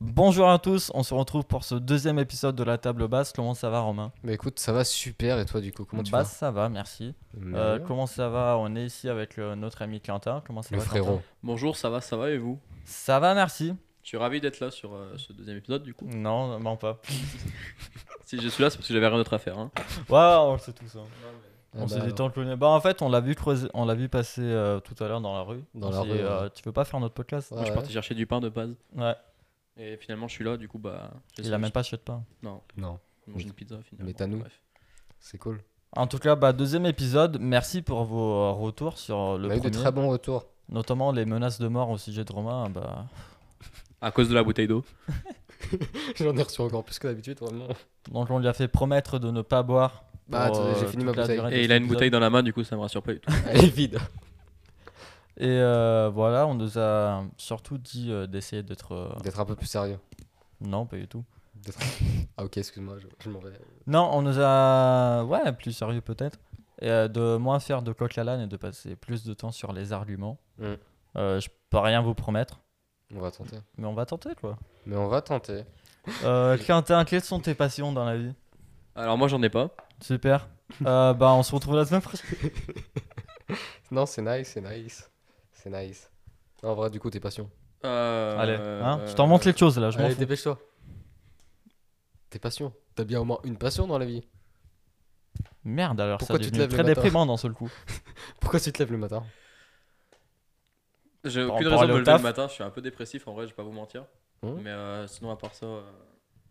Bonjour à tous, on se retrouve pour ce deuxième épisode de la table basse. Comment ça va Romain Bah écoute, ça va super. Et toi, du coup, comment tu Bah vas Bah ça va, merci. Euh, Meilleur. comment ça va On est ici avec le- notre ami Quentin. Comment ça Le va frérot. Ah Quentin Bonjour, ça va, ça va et vous Ça va, merci. Je suis ravi d'être là sur euh, ce deuxième épisode du coup. Non, non pas. Si je suis là, c'est parce que j'avais rien d'autre à faire. hein. Ouais, on le sait tous. hein. Ah On bah s'est dit alors. tant que le nez- Bah en fait, on l'a vu creuser, on l'a vu passer euh, tout à l'heure dans la rue. Dans On la s'est rue, dit, ouais. euh, tu peux pas faire notre podcast Ouais, Moi, je ouais. partais chercher du pain de base Ouais. et finalement je suis là, du coup bah. Il a même pas acheté de pain. Non, Non, j'ai mangé une pizza finalement. Mais t'as nous. Bref. c'est cool. En tout cas, bah, deuxième épisode. Merci pour vos euh, retours sur le On a Bah eu de premier, très bons retours. notamment les menaces de mort au sujet de Romain. Bah, À cause de la bouteille d'eau. J'en ai reçu encore plus que d'habitude, vraiment. Donc on lui a fait promettre de ne pas boire. Bah, pour, attendez, j'ai euh, fini ma toute la bouteille. durée de Et il a une l'épisode. bouteille dans la main, du coup ça me rassure pas du tout. Elle est vide. Et euh, voilà, on nous a surtout dit euh, d'essayer d'être... euh, D'être un peu plus sérieux. Non, pas du tout. D'être- Ah ok, excuse-moi, je, je m'en vais. Non, on nous a... Ouais, plus sérieux peut-être. Et euh, de moins faire de coq à l'âne et de passer plus de temps sur les arguments. Mm. Euh, je peux rien vous promettre, On va tenter. mais on va tenter quoi. Mais on va tenter. Euh, Quentin, quelles sont tes passions dans la vie Alors moi j'en ai pas. Super. Euh, bah on se retrouve la semaine prochaine. Non, c'est nice, c'est nice. C'est nice. Non, en vrai, du coup, t'es passion. Euh, Allez, hein, euh, je t'en montre les choses là, je m'en Allez, fous. dépêche-toi. T'es passion. T'as bien au moins une passion dans la vie. Merde alors, Pourquoi ça tu te devient lèves le très matin déprimant d'un seul coup. Pourquoi tu te lèves le matin euh, J'ai Pour- aucune pour raison aller de au me lever le taf. Hum. matin, je suis un peu dépressif en vrai, je vais pas vous mentir. Hmm. Mais euh, sinon, à part ça, euh,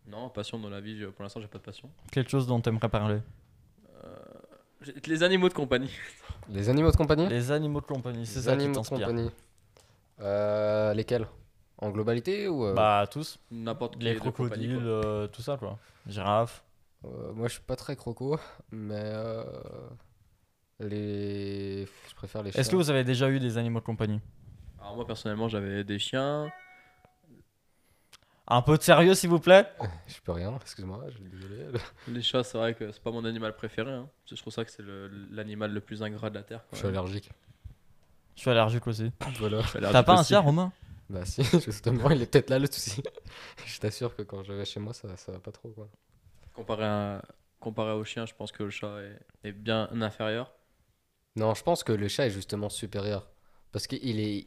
non, passion dans la vie, je- pour l'instant j'ai pas de passion. Quelque chose dont t'aimerais parler. J'ai- Les animaux de compagnie. Les animaux de compagnie Les animaux de compagnie, c'est Les ça qui animaux de t'inspire. compagnie. Euh, lesquels En globalité ou euh, Bah tous, N'importe quel les de compagnie, crocodiles, quoi. euh, tout ça quoi. Girafe. Euh, moi, je suis pas très croco, mais euh, les. Je préfère les chiens. Est-ce que vous avez déjà eu des animaux de compagnie Alors moi personnellement j'avais des chiens. Un peu de sérieux s'il vous plaît Je peux rien, excuse-moi, je suis désolé. Les chats c'est vrai que c'est pas mon animal préféré. hein. Parce que Je trouve ça que c'est le- l'animal le plus ingrat de la terre. Je suis allergique. Je suis allergique aussi. Voilà. T'as pas un chien Romain Bah si, justement, il est peut-être là le souci. je t'assure que quand je vais chez moi, ça, ça va pas trop quoi. Comparé, à- comparé au chien je pense que le chat est, est bien inférieur. Non, je pense que le chat est justement supérieur. Parce qu'il est.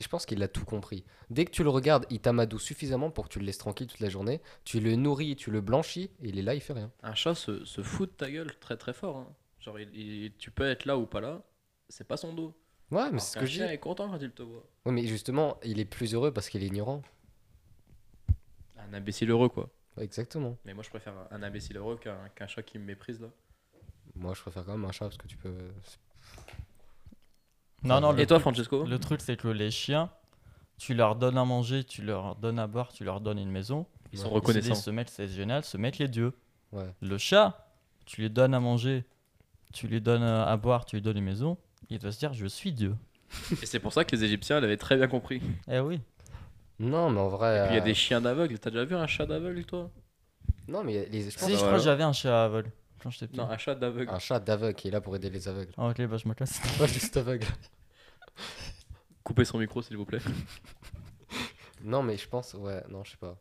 Je pense qu'il a tout compris. Dès que tu le regardes, il t'amadoue suffisamment pour que tu le laisses tranquille toute la journée. Tu le nourris, tu le blanchis, et il est là, il fait rien. Un chat se, se fout de ta gueule très très fort. hein. Genre il- il- tu peux être là ou pas là. C'est pas son dos. Ouais, Ah, mais Alors c'est ce qu'un que je dis. chien est content quand il te voit. Ouais, mais justement, il est plus heureux parce qu'il est ignorant. Un imbécile heureux quoi. Ouais, Exactement. Mais moi je préfère un imbécile heureux qu'un qu'un chat qui me méprise là. Moi, je préfère quand même un chat parce que tu peux. Ah Non, non, Et le, toi Francesco le truc c'est que les chiens, tu leur donnes à manger, tu leur donnes à boire, tu leur donnes une maison. Ils sont Ouais. Ils se disent, reconnaissants. ce mec c'est génial, ce mec est Dieu. Ouais. Le chat, tu lui donnes à manger, tu lui donnes euh, à boire, tu lui donnes une maison, il doit se dire je suis Dieu. Et c'est pour ça que les Égyptiens l'avaient très bien compris. Eh oui. Non, mais en vrai. Puis il y a euh, des chiens d'aveugle. T'as déjà vu un chat d'aveugle toi Non, mais il y a les... je pense Si, je bah, crois que voilà. j'avais un chat aveugle quand j'étais petit. Non, un chat d'aveugle. un chat d'aveugle qui est là pour aider les aveugles. Ah, ok, bah je me casse. Pas juste aveugle. Coupez son micro, s'il vous plaît. Non, mais je pense, ouais, non, je sais pas.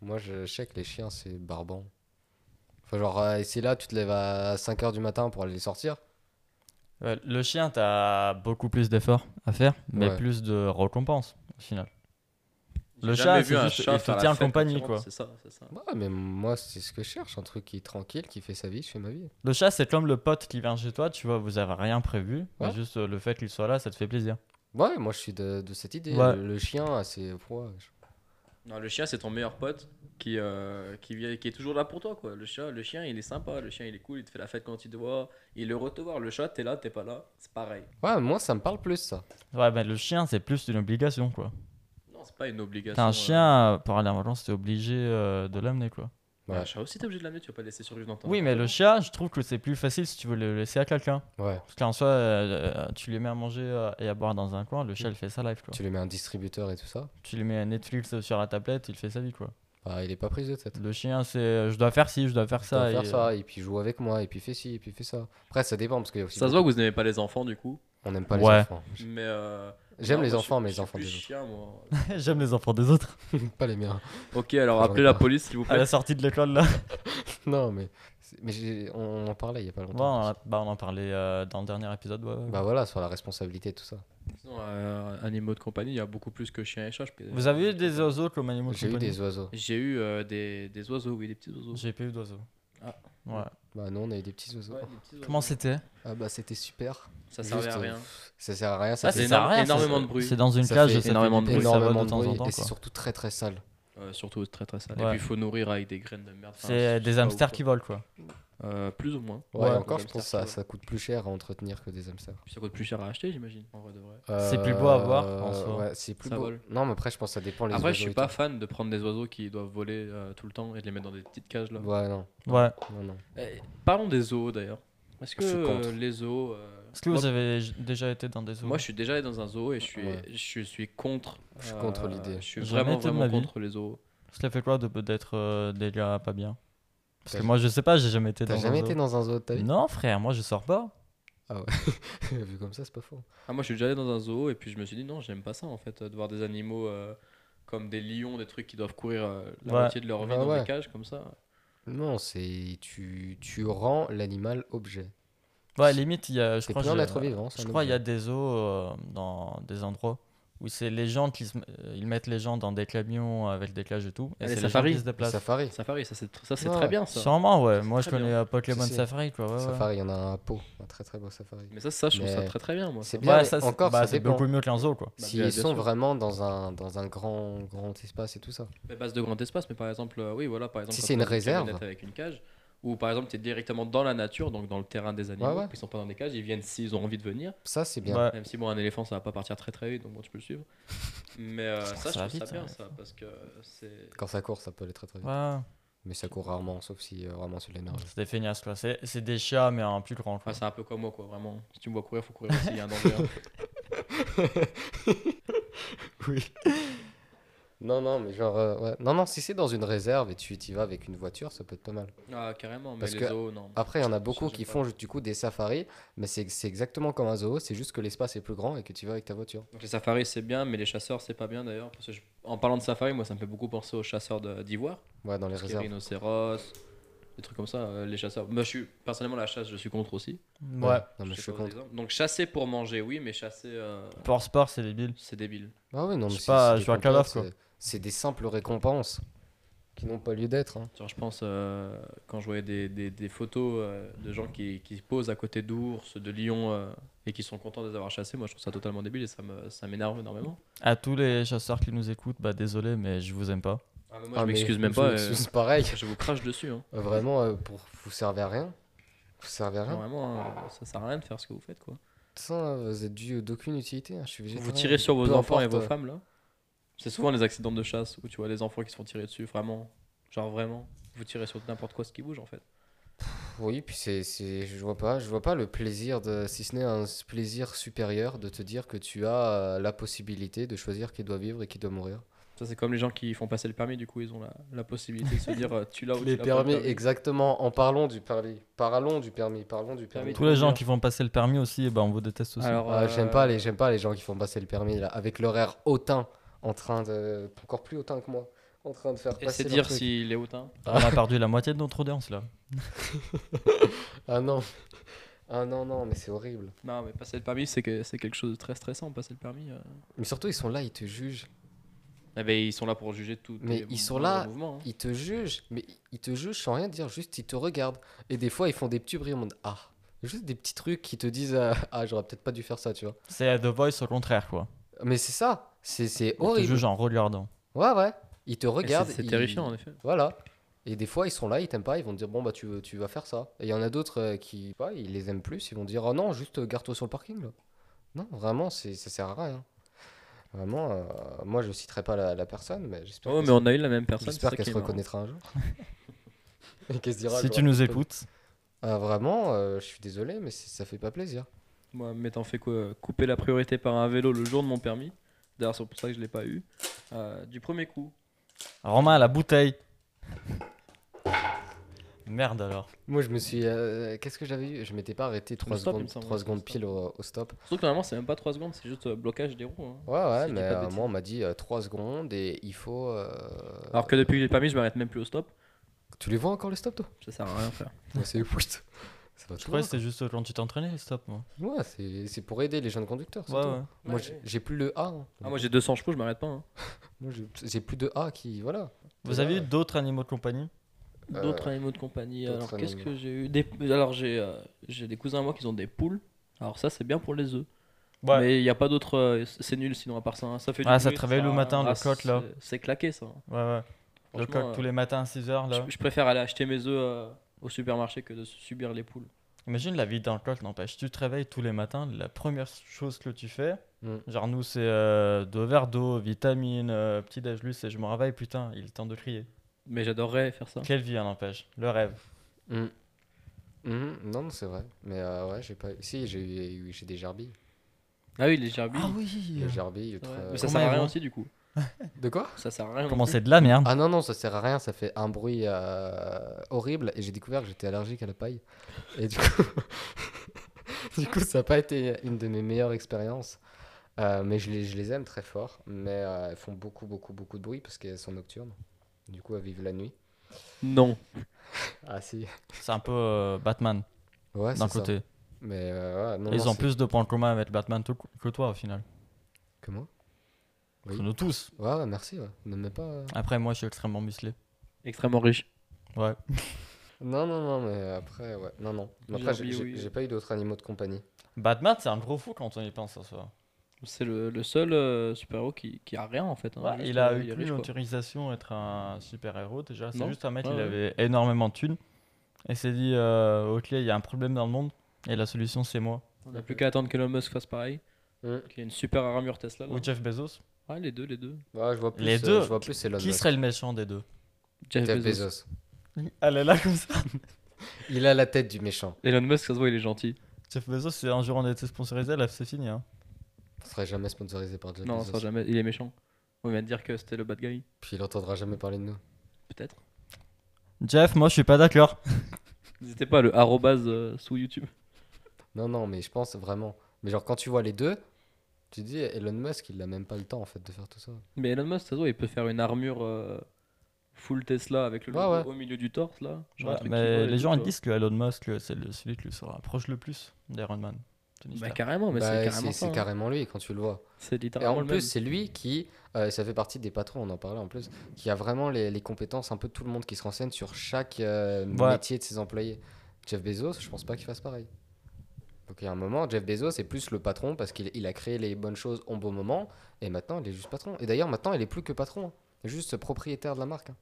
Moi, je sais que les chiens, c'est barbant. Enfin, genre, euh, et c'est là, tu te lèves à 5h du matin pour aller les sortir. Ouais, le chien, t'as beaucoup plus d'efforts à faire, mais Ouais. plus de récompenses au final. J'ai Le jamais chat, vu c'est un juste- il te faire la tient fête quand compagnie, il rentre, quoi. C'est ça, c'est ça. Ouais, mais moi, c'est ce que je cherche, un truc qui est tranquille, qui fait sa vie, je fais ma vie. Le chat, c'est comme le pote qui vient chez toi, tu vois, vous avez rien prévu, mais Ouais. juste euh, le fait qu'il soit là, ça te fait plaisir. Ouais, moi, je suis de, de cette idée. Ouais. Le, le chien, c'est. ouais, je- Non, le chien, c'est ton meilleur pote qui, euh, qui, vient- qui est toujours là pour toi, quoi. Le chien, le chien, il est sympa, le chien, il est cool, il te fait la fête quand il te voit, il le recevoir. Le chat, t'es là, t'es pas là, c'est pareil. Ouais, moi, ça me parle plus, ça. Ouais, mais le chien, c'est plus une obligation, quoi. Non, c'est pas une obligation. T'as un euh. chien, euh, pour aller en vacances, t'es obligé euh, de l'amener, quoi. Mais Un Ouais. Ah, chat aussi, t'es obligé de l'amener, tu vas pas le laisser survivre dans ton Oui, mais le chat, je trouve que c'est plus facile si tu veux le laisser à quelqu'un. Ouais. Parce qu'en soi, euh, euh, tu lui mets à manger euh, et à boire dans un coin, le chat, il fait sa life, quoi. Tu lui mets un distributeur et tout ça. Tu lui mets un Netflix euh, sur la tablette, il fait sa vie, quoi. Bah, il est pas prise de tête. Le chien, c'est euh, je dois faire ci, je dois faire Ça, ça. faire et, euh, ça, et puis joue avec moi, et puis fais ci, et puis fais ça. Après, ça dépend, parce qu'il y a aussi. Ça se voit que vous n'aimez pas les enfants, du coup. On n'aime pas les Ouais. enfants. Mais euh, J'aime Non, les moi, je enfants, suis- mais je les suis enfants plus des autres. chien, moi. J'aime les enfants des autres. Pas les miens. Ok, alors J'aurais appelez la pas. police, s'il vous À plaît. la sortie de l'école, là. Non, mais, c'est- mais j'ai- on, on en parlait il y a pas Bon, on, longtemps. en- bah, on en parlait euh, dans le dernier épisode. ouais. Bah voilà, sur la responsabilité, tout ça. Sinon, euh, animaux de compagnie, il y a beaucoup plus que chiens et chats. je peux- Vous avez eu des oiseaux comme animaux de J'ai eu compagnie des oiseaux. J'ai eu euh, des, des oiseaux, oui, des petits oiseaux. J'ai pas eu d'oiseaux. Ah. Ouais. Bah non, on a eu des petits oiseaux. Ouais, des petits oiseaux. Comment c'était Ah bah c'était super. Ça servait Juste, à euh, rien. Ça sert à rien, ça Ah, Ça c'est fait fait ça sert à éno- rien, ça, énormément de bruit. C'est dans une Ça plage, fait ça fait énormément de du bruit, bruit, ça va énormément de de temps en bruit temps. et c'est quoi. surtout très très sale. Euh, surtout très très sale. Ouais. Et puis il faut nourrir avec des graines de merde. C'est Enfin, je sais des pas hamsters où, qui volent, quoi. quoi. Euh, plus ou moins. Ouais, Ouais, et encore, des je pense que hamsters ça, qui ça coûte plus cher à entretenir que des hamsters. Puis ça coûte plus cher à acheter, j'imagine. En vrai de vrai. C'est plus beau à voir, en soi. Euh, Ouais, c'est plus Ça beau. vole. Non, mais après, je pense que ça dépend les Après, je oiseaux suis et pas tout. fan de prendre des oiseaux qui doivent voler euh, tout le temps et de les mettre dans des petites cages là. Ouais, non, Ouais. non, non. Eh, parlons des zoos d'ailleurs. Est-ce que Je suis contre. euh, les zoos. euh, Est-ce que moi, vous avez j- déjà été dans des zoos Moi, je suis déjà allé dans un zoo et je suis, Ouais. je suis contre. euh, Je suis contre l'idée. Je suis Jamais vraiment, été de vraiment ma vie. contre les zoos. Ça fait quoi de d'être euh, des gars pas bien Parce T'as que moi, je sais pas, j'ai jamais été dans T'as un jamais zoo. été dans un zoo de ta vie Non, frère, moi, je sors pas. Vu comme ça, c'est pas faux. Ah, moi, je suis déjà allé dans un zoo et puis je me suis dit non, j'aime pas ça en fait, de voir des animaux euh, comme des lions, des trucs qui doivent courir euh, la Ouais. moitié de leur vie Bah dans ouais. des cages comme ça. Non, c'est. Tu, tu rends l'animal objet. Ouais, limite, il y a, je C'est crois plus un j'ai- être vivant. c'est Je un crois qu'il y a objet. des zoos euh, dans des endroits où c'est les gens qui se- euh, ils mettent les gens dans des camions avec des cages et tout. Et Ah, les c'est les gens safaris. qui se Les déplacent. Safari. Safari, ça c'est tr- ça, c'est Ouais. très bien ça. Sûrement, ouais. c'est Moi, je très connais bien. euh, Pokémon Si, si. Safari, quoi. ouais, ouais. Safari, il y en a un à Pau. Un très très beau safari. Mais ça, ça, je trouve ça Mais- très très bien moi. ça. C'est bien, Ouais, mais ça, c'est- encore, bah, ça c'est dépend. beaucoup mieux qu'un zoo, quoi. Bah, S'ils bien- bien sont sûr. vraiment dans un, dans un grand, grand espace et tout ça. Mais base de grand espace, mais par exemple, euh, oui, voilà, par exemple, Si quand c'est t'es une dans réserve. camionnette avec une cage, ou par exemple, tu es directement dans la nature, donc dans le terrain des animaux, ouais. puis ils sont pas dans des cages, ils viennent s'ils ont envie de venir, Ça, c'est bien. Ouais. même si bon, un éléphant ça va pas partir très très vite, donc bon, tu peux le suivre. Mais euh, ça, Ça je va trouve ça vite, bien, hein. ça, parce que c'est. Quand ça court, ça peut aller très très vite. Ouais, Mais ça court rarement, sauf si euh, vraiment c'est de l'énergie. c'est des feignasses, quoi. C'est c'est des chats, mais en plus grand, quoi. Enfin, c'est un peu comme moi, quoi, vraiment. Si tu me vois courir, faut courir aussi, il y a un danger. hein. Oui. non, non, mais genre. euh, ouais. Non, non, si c'est dans une réserve et tu y vas avec une voiture, ça peut être pas mal. Ah, carrément, mais Parce les que- Ah. zoos, non. Après, il y en a beaucoup j'aime qui pas. font du coup des safaris, mais c'est c'est exactement comme un zoo, c'est juste que l'espace est plus grand et que tu vas avec ta voiture. Donc les safaris, c'est bien, mais les chasseurs, c'est pas bien d'ailleurs. Parce que je- en parlant de safari, moi, ça me fait beaucoup penser aux chasseurs de- d'ivoire. Ouais, dans les Tout ce qui est réserves. rhinocéros, des trucs comme ça, euh, les chasseurs. Moi, je suis personnellement la chasse, je suis contre aussi. Ouais. Non, mais je sais suis pas vos contre. exemples. Donc chasser pour manger, oui, mais chasser, euh, Pour sport, c'est débile. c'est débile. Ah oui, non, mais Je sais c'est- pas, c'est je des suis un complexes, cavaf, quoi. c'est- C'est des simples récompenses qui n'ont pas lieu d'être. hein. Genre, je pense, euh, quand je voyais des, des- des photos euh, de gens qui, qui posent à côté d'ours, de lions, euh, et qui sont contents de les avoir chassés, moi, je trouve ça totalement débile et ça me- ça m'énerve énormément. À tous les chasseurs qui nous écoutent, bah désolé, mais je vous aime pas. moi, Ah, je mais m'excuse même je pas. euh, m'excuse pareil. je vous crache dessus. hein. Euh, Vraiment, euh, pour vous servez à rien. Vous servez à rien. Vraiment, hein, euh, ça sert à rien de faire ce que vous faites, quoi. Ça, euh, vous êtes dû d'aucune utilité. hein, Je suis végétarien. Vous tirez sur vos Peu enfants et importe, vos euh, femmes, là. C'est souvent les accidents de chasse où tu vois les enfants qui se font tirer dessus, vraiment. Genre, vraiment. Vous tirez sur n'importe quoi ce qui bouge, en fait. Oui, puis c'est, c'est, je vois pas, je vois pas le plaisir de, si ce n'est un s- plaisir supérieur de te dire que tu as euh, la possibilité de choisir qui doit vivre et qui doit mourir. Ça, c'est comme les gens qui font passer le permis, du coup, ils ont la, la possibilité de se dire euh, tu l'as ou tu Les l'as pas, le permis, exactement. En parlons du permis. Parlons du permis. Parlons du permis. Permis. Tous les gens qui vont passer le permis aussi, eh ben, on vous déteste aussi. Alors, Ah, euh, j'aime pas les, j'aime pas les gens qui font passer le permis là, avec l'horaire hautain, en train de, encore plus hautain que moi, en train de faire Et passer. c'est leur dire truc. s'il est hautain. On a perdu la moitié de notre audience, là. Ah non, ah non non, mais c'est horrible. Non, mais passer le permis, c'est que, c'est quelque chose de très stressant, passer le permis. euh. Mais surtout ils sont là, ils te jugent. Eh ben, ils sont là pour juger tout. Mais les ils sont moindres là, mouvements, hein. Ils te jugent, mais ils te jugent sans rien dire, juste ils te regardent. Et des fois, ils font des petits bruits en mode Ah, juste des petits trucs qui te disent euh, Ah, j'aurais peut-être pas dû faire ça, tu vois. C'est The Voice au contraire, quoi. Mais c'est ça, c'est, c'est Je horrible. juge en regardant. Ouais, ouais, ils te Et regardent. c'est- C'est ils- terrifiant, en effet. Voilà. Et des fois, ils sont là, ils t'aiment pas, ils vont te dire Bon, bah, tu, tu vas faire ça. Et il y en a d'autres euh, qui, ouais, ils les aiment plus, ils vont dire Oh non, juste euh, garde-toi sur le parking, là. Non, vraiment, c'est, ça sert à rien. Vraiment, euh, moi, je citerai pas la, la personne, mais j'espère, Ouais, que- mais on a eu la même personne. c'est j'espère ça qu'elle qui se est marrant. reconnaîtra un jour. Et qu'elle se dira Si Je tu vois. nous écoutes, Ah, vraiment, euh, je suis désolé, mais c'est- ça fait pas plaisir. Moi, m'étant fait quoi couper la priorité par un vélo le jour de mon permis. D'ailleurs, c'est pour ça que je l'ai pas eu. euh, du premier coup. Romain, la bouteille. Merde alors. Moi, je me suis. euh, Qu'est-ce que j'avais eu Je m'étais pas arrêté 3 stop, il secondes, me semble, trois le secondes stop. pile au, au stop. Surtout que normalement, c'est même pas 3 secondes, c'est juste euh, blocage des roues. hein. Ouais, ouais, Si je dis mais pas de euh, bêtises. moi, on m'a dit 3 secondes et il faut. euh, Alors que depuis que j'ai pas mis, je m'arrête même plus au stop. Tu les vois encore le stop, toi Ça sert à rien faire. Ouais, C'est. Pfft. Ça va Je tout croyais que droit, c'était juste quand tu t'entraînais, stop. Moi. quoi. Ouais, c'est c'est pour aider les jeunes conducteurs. c'est Ouais, tout. ouais. Moi, Ouais, j'ai- ouais. j'ai plus le A. hein. Ah, moi j'ai 200 chevaux, je m'arrête pas. hein. Moi, j'ai- j'ai plus de A qui. Voilà. Vous avez eu d'autres animaux de compagnie Euh, D'autres animaux de compagnie. d'autres Alors qu'est-ce animaux. que j'ai eu des... Alors j'ai euh, j'ai des cousins à moi qui ont des poules. Alors ça, c'est bien pour les œufs. Mais il n'y a pas d'autres. euh, C'est nul sinon à part ça. hein. Ça fait du Ah, ça bruit, te réveille le matin, le c'est- coq, là. C'est claqué ça. Ouais, ouais. Le Franchement, coq euh, tous les matins à 6h là. Je, je préfère aller acheter mes œufs euh, au supermarché que de subir les poules. Imagine la vie d'un coq, n'empêche. Tu te réveilles tous les matins, la première chose que tu fais, Mm. genre nous c'est euh, deux verres d'eau, vitamines, euh, petit déj, lui c'est je me réveille, putain, il est temps de crier. Mais j'adorerais faire ça. Quelle vie, hein, n'empêche. Le rêve. Mm. Mhm, Non, non, c'est vrai. Mais euh, ouais, j'ai pas. Si, j'ai eu- j'ai des gerbilles. Ah oui, les gerbilles. oui Des gerbilles. Ouais, autre, euh, Mais ça Comment sert à elles rien vont aussi du coup. De quoi Ça sert à rien. non Comment plus. c'est de la merde Ah non, non, ça sert à rien, ça fait un bruit euh, horrible et j'ai découvert que j'étais allergique à la paille. Et du coup, du coup ça n'a pas été une de mes meilleures expériences. Euh, mais je les, je les aime très fort, mais euh, elles font beaucoup, beaucoup, beaucoup de bruit parce qu'elles sont nocturnes. Du coup, elles vivent la nuit. Non. Ah si. C'est un peu euh, Batman Ouais, c'est d'un ça. côté. Mais euh, ouais, non, Ils non, ont c'est- plus de points communs avec Batman tout- que toi au final. Que moi Oui. Que nous tous. Ouais, ouais, merci. Ouais. Ne mets pas. euh. Après, moi je suis extrêmement musclé. Extrêmement riche. Ouais. Non, non, non, mais après, ouais. Non, non. Mais Après, j'ai Gerbilles, j'ai- oui. j'ai pas eu d'autres animaux de compagnie. Batman, c'est un gros fou quand on y pense, ça. ça. C'est le, le seul euh, super-héros qui, qui a rien en fait. hein. Ouais, Juste, Bah, il a euh, eu est plus riche, quoi. l'autorisation d'être un super-héros déjà. C'est Non. juste un mec, Ouais, il ouais. avait énormément de thunes. Et s'est dit, euh, ok, il y a un problème dans le monde. Et la solution, c'est moi. On n'a plus qu'à attendre qu'Elon Musk fasse pareil. Hum. Qu'il y ait une super armure Tesla. Là. Ou Jeff Bezos. Ouais, les deux, les deux. Ouais, je vois plus. Les euh, deux. Je vois plus Elon Qui Musk. serait le méchant des deux Jeff, Jeff Bezos. Bezos. Elle est là comme ça. Il a la tête du méchant. Elon Musk, ça se voit, il est gentil. Jeff Bezos, c'est un jour on a été sponsorisé, là c'est fini. Hein. On serait jamais sponsorisé par Jeff non, ça Bezos. sera jamais. Il est méchant. On vient de dire que c'était le bad guy. Puis il entendra jamais parler de nous. Peut-être. Jeff, moi je suis pas d'accord. N'hésitez pas à le arrobase euh, sous YouTube. Non, non, mais je pense vraiment. Mais genre, quand tu vois les deux, tu te dis Elon Musk, il a même pas le temps en fait de faire tout ça. Mais Elon Musk, ça se voit, il peut faire une armure euh, full Tesla avec le Ouais, logo ouais. au milieu du torse là. Genre un Ouais, truc qui vole mais et les tout, gens tu ils vois. disent que Elon Musk, le- c'est le- celui qui se rapproche le plus d'Iron Man. Tony Bah Stark. carrément, mais Bah, c'est carrément ça. c'est hein. carrément lui quand tu le vois. C'est Et littéralement en le plus, même. c'est lui qui, euh, ça fait partie des patrons, on en parlait en plus, qui a vraiment les, les compétences un peu de tout le monde qui se renseigne sur chaque euh, Ouais. métier de ses employés. Jeff Bezos, je pense pas qu'il fasse pareil. Donc il y a un moment, Jeff Bezos est plus le patron parce qu'il il a créé les bonnes choses au bon moment et maintenant il est juste patron. Et d'ailleurs maintenant il est plus que patron, hein. juste propriétaire de la marque. hein.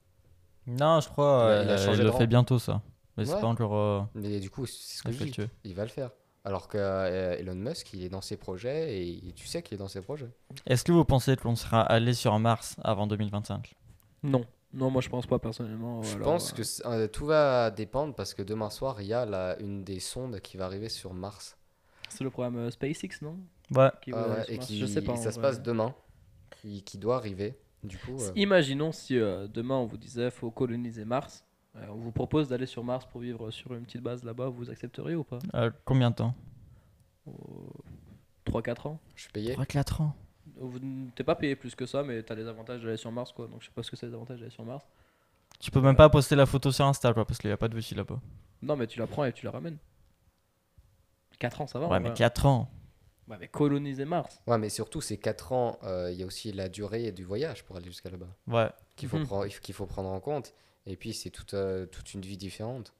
Non, je crois, Il a- il a euh, changé il de le rang. fait bientôt ça. Mais c'est Ouais. pas encore euh, Mais du coup, c'est ce que je dis, effectué. il va le faire. Alors que euh, Elon Musk, il est dans ses projets et il- tu sais qu'il est dans ses projets. Est-ce que vous pensez qu'on sera allé sur Mars avant 2025 Non, non, moi je pense pas personnellement. Je alors, pense euh, que c'est- euh, tout va dépendre parce que demain soir, il y a la, une des sondes qui va arriver sur Mars. c'est le programme euh, SpaceX, non Ouais. Qui Ah va ouais, sur et Mars, qui, Je sais pas. hein, en ça se vrai. passe demain, qui, qui doit arriver. Du coup, euh, Imaginons si euh, demain on vous disait faut coloniser Mars. Euh, on vous propose d'aller sur Mars pour vivre sur une petite base là-bas, vous accepteriez ou pas Euh, combien de temps 3-4 ans euh, je suis payé. 3-4 ans. Vous n- T'es pas payé plus que ça, mais t'as les avantages d'aller sur Mars, quoi. Donc je sais pas ce que c'est les avantages d'aller sur Mars. Tu peux même pas poster la photo sur Insta, quoi, parce qu'il n'y a pas de wifi là-bas. Non, mais tu la prends et tu la ramènes. 4 ans, ça va ouais, en mais vrai. 4 ans. Ouais, mais coloniser Mars. Ouais, mais surtout, ces 4 ans, euh, il y a aussi la durée du voyage pour aller jusqu'à là-bas Ouais. qu'il faut, Mhm. prendre- qu'il faut prendre en compte. Et puis, c'est toute, euh, toute une vie différente.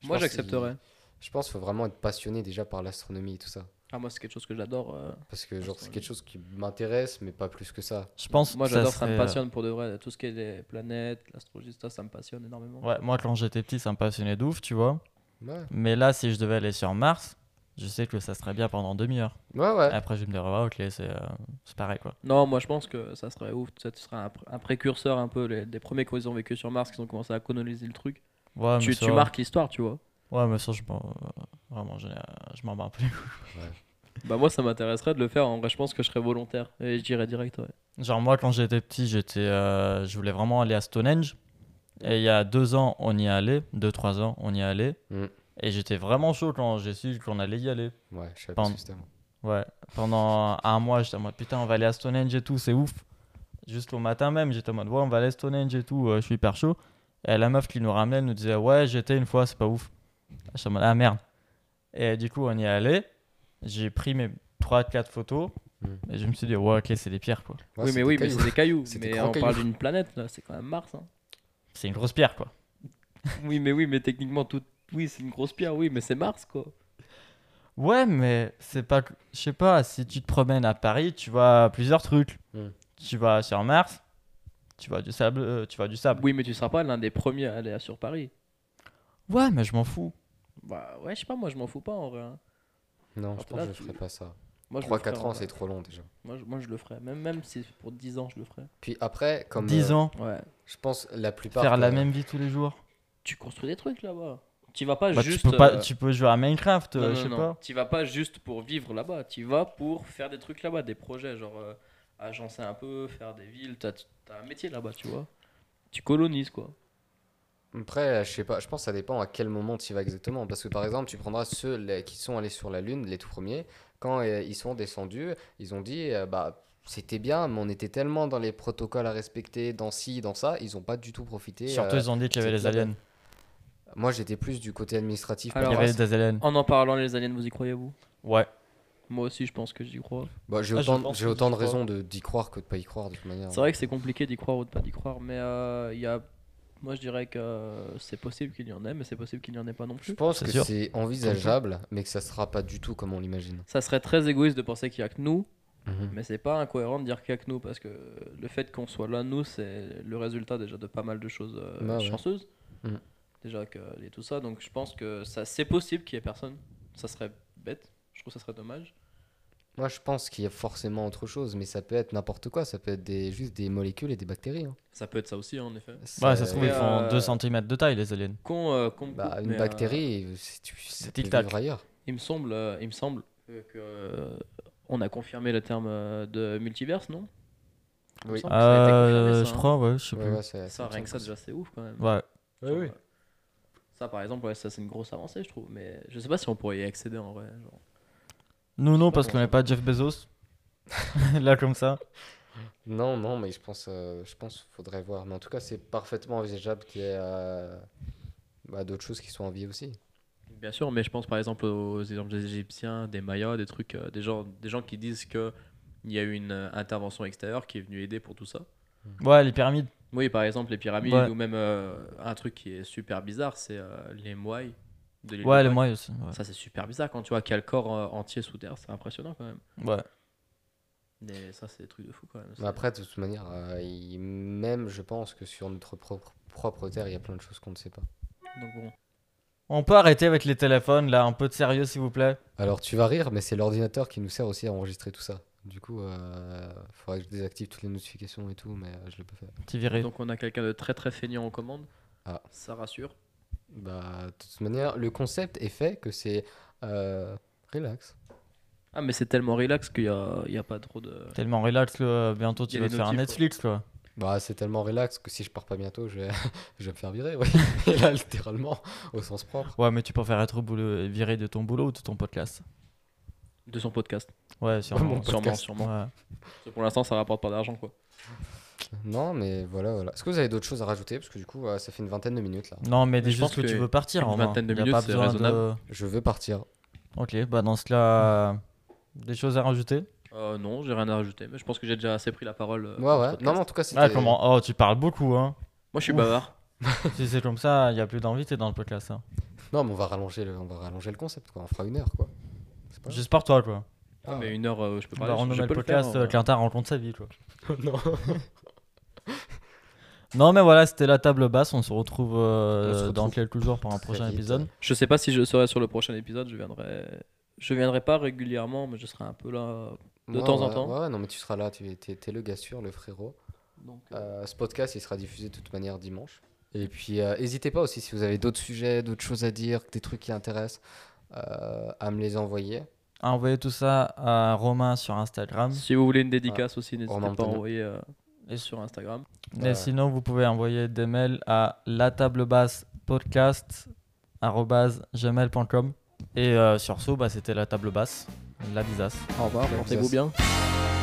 Je moi pense j'accepterais. qu'il- Je pense qu'il faut vraiment être passionné déjà par l'astronomie et tout ça. Ah, moi c'est quelque chose que j'adore. euh. Parce que genre, c'est quelque chose qui m'intéresse, mais pas plus que ça. Je pense Moi que j'adore, ça, serait, me euh, passionne pour de vrai. Tout ce qui est les planètes, l'astrologie, ça, ça me passionne énormément. euh, Ouais, moi quand j'étais petit, ça me passionnait de ouf, tu vois. Ouais, Mais là, si je devais aller sur Mars, je sais que ça serait bien pendant demi-heure. ouais. ouais. Après, je vais me dire, ah, ok, c'est euh, c'est pareil, quoi. Non, moi je pense que ça serait ouf. Ça, tu serais un, pr- un précurseur un peu les- des premiers qui ont vécu sur Mars, qui ont commencé à coloniser le truc. Ouais, mais tu, ça- tu marques l'histoire, tu vois. Ouais, mais ça, je m'en. euh, Vraiment, je, euh, je m'en bats un peu les couilles. Bah, moi ça m'intéresserait de le faire. En vrai, je pense que je serais volontaire et je dirais direct, ouais. Genre, moi, quand j'étais petit, j'étais, euh, je voulais vraiment aller à Stonehenge. Et il y a deux ans, on y est allé. Deux, trois ans, on y est allé. Mm. Et j'étais vraiment chaud quand j'ai su qu'on allait y aller. Ouais, je savais Pardon. pas ce système. Ouais. Pendant un mois, j'étais en mode putain, on va aller à Stonehenge et tout, c'est ouf. Jusqu'au matin même, j'étais en mode ouais, on va aller à Stonehenge et tout, euh, je suis hyper chaud. Et la meuf qui nous ramenait, elle nous disait ouais, j'étais une fois, c'est pas ouf. J'étais en mode ah merde. Et du coup, on y est allé. J'ai pris mes 3-4 photos. Mm. Et je me suis dit ouais, ok, c'est des pierres quoi. Ouais, oui, c'est mais des oui, cailloux. mais c'est des cailloux. C'est des mais grands on parle cailloux. d'une planète, là, c'est quand même Mars. hein. C'est une grosse pierre quoi. oui, mais oui, mais techniquement, tout... oui, c'est une grosse pierre, oui, mais c'est Mars, quoi. Ouais, mais c'est pas. que- Je sais pas, si tu te promènes à Paris, tu vois plusieurs trucs. Hmm. Mm. Tu vas sur Mars, tu vois du sable. euh, tu vois du sable. Oui, mais tu seras pas l'un des premiers à aller sur Paris. Ouais, mais je m'en fous. Bah ouais, je sais pas, moi je m'en fous pas en vrai. hein. Non, je Après, pense là, que je tu- ferais pas ça. Moi, je euh, le 3-4 ferais, en ans, vrai. c'est trop long déjà. Moi je, moi je le ferais, même, même si c'est pour 10 ans, je le ferais. Puis après, comme 10 euh, ans, Ouais. je pense la plupart. faire la euh, même vie tous les jours. Tu construis des trucs là-bas. Tu vas pas Bah, juste. tu, peux pas, euh, tu peux jouer à Minecraft, euh, non, je sais non, non. pas. Tu vas pas juste pour vivre là-bas. Tu vas pour faire des trucs là-bas, des projets, genre euh, agencer un peu, faire des villes. T'as t'as un métier là-bas, tu vois. Tu colonises quoi. Après, je sais pas, je pense que ça dépend à quel moment tu y vas exactement. Parce que par exemple, tu prendras ceux les- qui sont allés sur la Lune, les tout premiers, quand euh, ils sont descendus, ils ont dit, euh, bah, c'était bien, mais on était tellement dans les protocoles à respecter, dans ci, dans ça, ils ont pas du tout profité. Surtout, euh, ils ont dit qu'il y avait c'est les de la aliens. Moi, j'étais plus du côté administratif. Il Alors, y mais avait reste- des aliens. En en parlant, les aliens, vous y croyez vous Ouais. Moi aussi, je pense que j'y crois. Bah, j'ai Ah, je autant, pense j'ai que autant j'y de crois. raisons de- d'y croire que de pas y croire, de toute manière. C'est vrai que c'est compliqué d'y croire ou de pas d'y croire, mais euh, il y a. Moi, je dirais que euh, c'est possible qu'il y en ait, mais c'est possible qu'il n'y en ait pas non Je plus. pense C'est que sûr. c'est envisageable, mais que ça sera pas du tout comme on l'imagine. Ça serait très égoïste de penser qu'il y a que nous, Mhm. mais c'est pas incohérent de dire qu'il y a que nous, parce que le fait qu'on soit là, nous, c'est le résultat déjà de pas mal de choses euh, Bah ouais. chanceuses. Mhm. Déjà que et tout ça, donc je pense que ça c'est possible qu'il y ait personne. Ça serait bête, je trouve que ça serait dommage. Moi, je pense qu'il y a forcément autre chose, mais ça peut être n'importe quoi. Ça peut être des, juste des molécules et des bactéries. hein. Ça peut être ça aussi, hein, en effet. Ouais, Bah, ça se trouve, Et, ils font euh, 2 cm de taille, les aliens. Qu'on euh, qu'on me Bah, coupe, une mais, euh, bactérie, euh, si tu ça peut tic-tac. vivre ailleurs. Il me semble, euh, il me semble euh, que euh, on a confirmé le terme euh, de multiverse, non Bah, Il me Oui. semble que ça a été confirmé, Euh, ça, je hein. crois, ouais, je sais Ouais, plus. ouais, ça- Ça, ça rien me que ça, semble déjà, c'est ouf quand même. Ouais. Genre, euh, Ça, par exemple, ouais, ça c'est une grosse avancée, je trouve. Mais je sais pas si on pourrait y accéder en vrai. genre. Nous, non, pas parce comment qu'on ça n'est pas Jeff Bezos. Là, comme ça. Non, non, mais je pense, euh, je pense qu'il faudrait voir. Mais en tout cas, c'est parfaitement envisageable qu'il y ait euh, bah, d'autres choses qui soient en vie aussi. Bien sûr, mais je pense par exemple aux exemples des Égyptiens, des Mayas, des trucs, euh, des, gens, des gens qui disent que il y a eu une euh, intervention extérieure qui est venue aider pour tout ça. Ouais, les pyramides. Oui, par exemple, les pyramides Ouais. ou même euh, un truc qui est super bizarre, c'est euh, les moailles de l'île de Ouais, les Pâques. moyens aussi. ouais. Ça, c'est super bizarre quand tu vois qu'il y a le corps euh, entier sous terre, c'est impressionnant quand même. Ouais. Mais ça, c'est des trucs de fou quand même. Mais après, de toute manière, euh, il- même je pense que sur notre propre, propre terre, il y a plein de choses qu'on ne sait pas. Donc bon. On peut arrêter avec les téléphones, là, un peu de sérieux, s'il vous plaît. Alors, tu vas rire, mais c'est l'ordinateur qui nous sert aussi à enregistrer tout ça. Du coup, euh, faudrait que je désactive toutes les notifications et tout, mais euh, je l'ai pas fait. Petit viré. Donc on a quelqu'un de très très feignant en commande. Ah. Ça rassure. Bah, de toute manière, le concept est fait que c'est euh, relax. Ah mais c'est tellement relax qu'il y a, il y a pas trop de... Tellement relax, que euh, bientôt Y tu a vas les te faire un notifs, quoi. Netflix, quoi. Bah, c'est tellement relax que si je pars pas bientôt, je vais, je vais me faire virer, oui. Et là, littéralement, au sens propre. Ouais, mais tu préfères être boulot, viré de ton boulot ou de ton podcast De son podcast. Ouais, mon sûrement. sûrement, podcast. sûrement. Ouais. Parce que pour l'instant ça rapporte pas d'argent quoi. Non, mais voilà, voilà. Est-ce que vous avez d'autres choses à rajouter Parce que du coup, euh, ça fait une vingtaine de minutes là. Non, mais Je dis pense juste que, que tu veux partir. une Romain. vingtaine de Y a minutes, pas c'est besoin raisonnable. Je veux partir. Ok, bah dans ce cas, euh, des choses à rajouter Euh, non, j'ai rien à rajouter, mais je pense que j'ai déjà assez pris la parole. euh, Ouais, dans ouais. ce podcast. Non, mais en tout cas, c'était. Ah, comment Oh, tu parles beaucoup, hein Moi je suis Ouf. bavard. Si c'est comme ça, il n'y a plus d'envie, t'es dans le podcast. hein. Non, mais on va rallonger le, on va rallonger le concept, quoi. On fera une heure, quoi. C'est pas grave. Juste pour toi, quoi. Ah, Mais une heure euh, je peux On parler. va je, je renommer peux le le podcast faire, euh, hein, en vrai. Quentin rencontre sa vie, quoi. non. Non, mais voilà, c'était la table basse. On se retrouve, euh, On se dans retrouve quelques jours pour un très prochain vite. épisode. Je sais pas si je serai sur le prochain épisode, je viendrai... Je viendrai pas régulièrement, mais je serai un peu là. De Ouais, temps en ouais, temps. Ouais, ouais, non, mais tu seras là. Tu es, t'es- t'es le gars sûr, le frérot. Donc, euh, Euh, ce podcast, il sera diffusé de toute manière dimanche. Et puis, euh, n'hésitez pas aussi si vous avez d'autres sujets, d'autres choses à dire, des trucs qui intéressent, euh, à me les envoyer. Envoyez tout ça à Romain sur Instagram. Euh. Si vous voulez une dédicace aussi, n'hésitez Romain pas à Antonio. envoyer euh, et sur Instagram. Mais Euh. sinon, vous pouvez envoyer des mails à la table basse podcast gmail.com. Et euh, sur ce, bah, c'était la table basse, la bisace. Au revoir, Comme portez-vous Ah, ça. bien.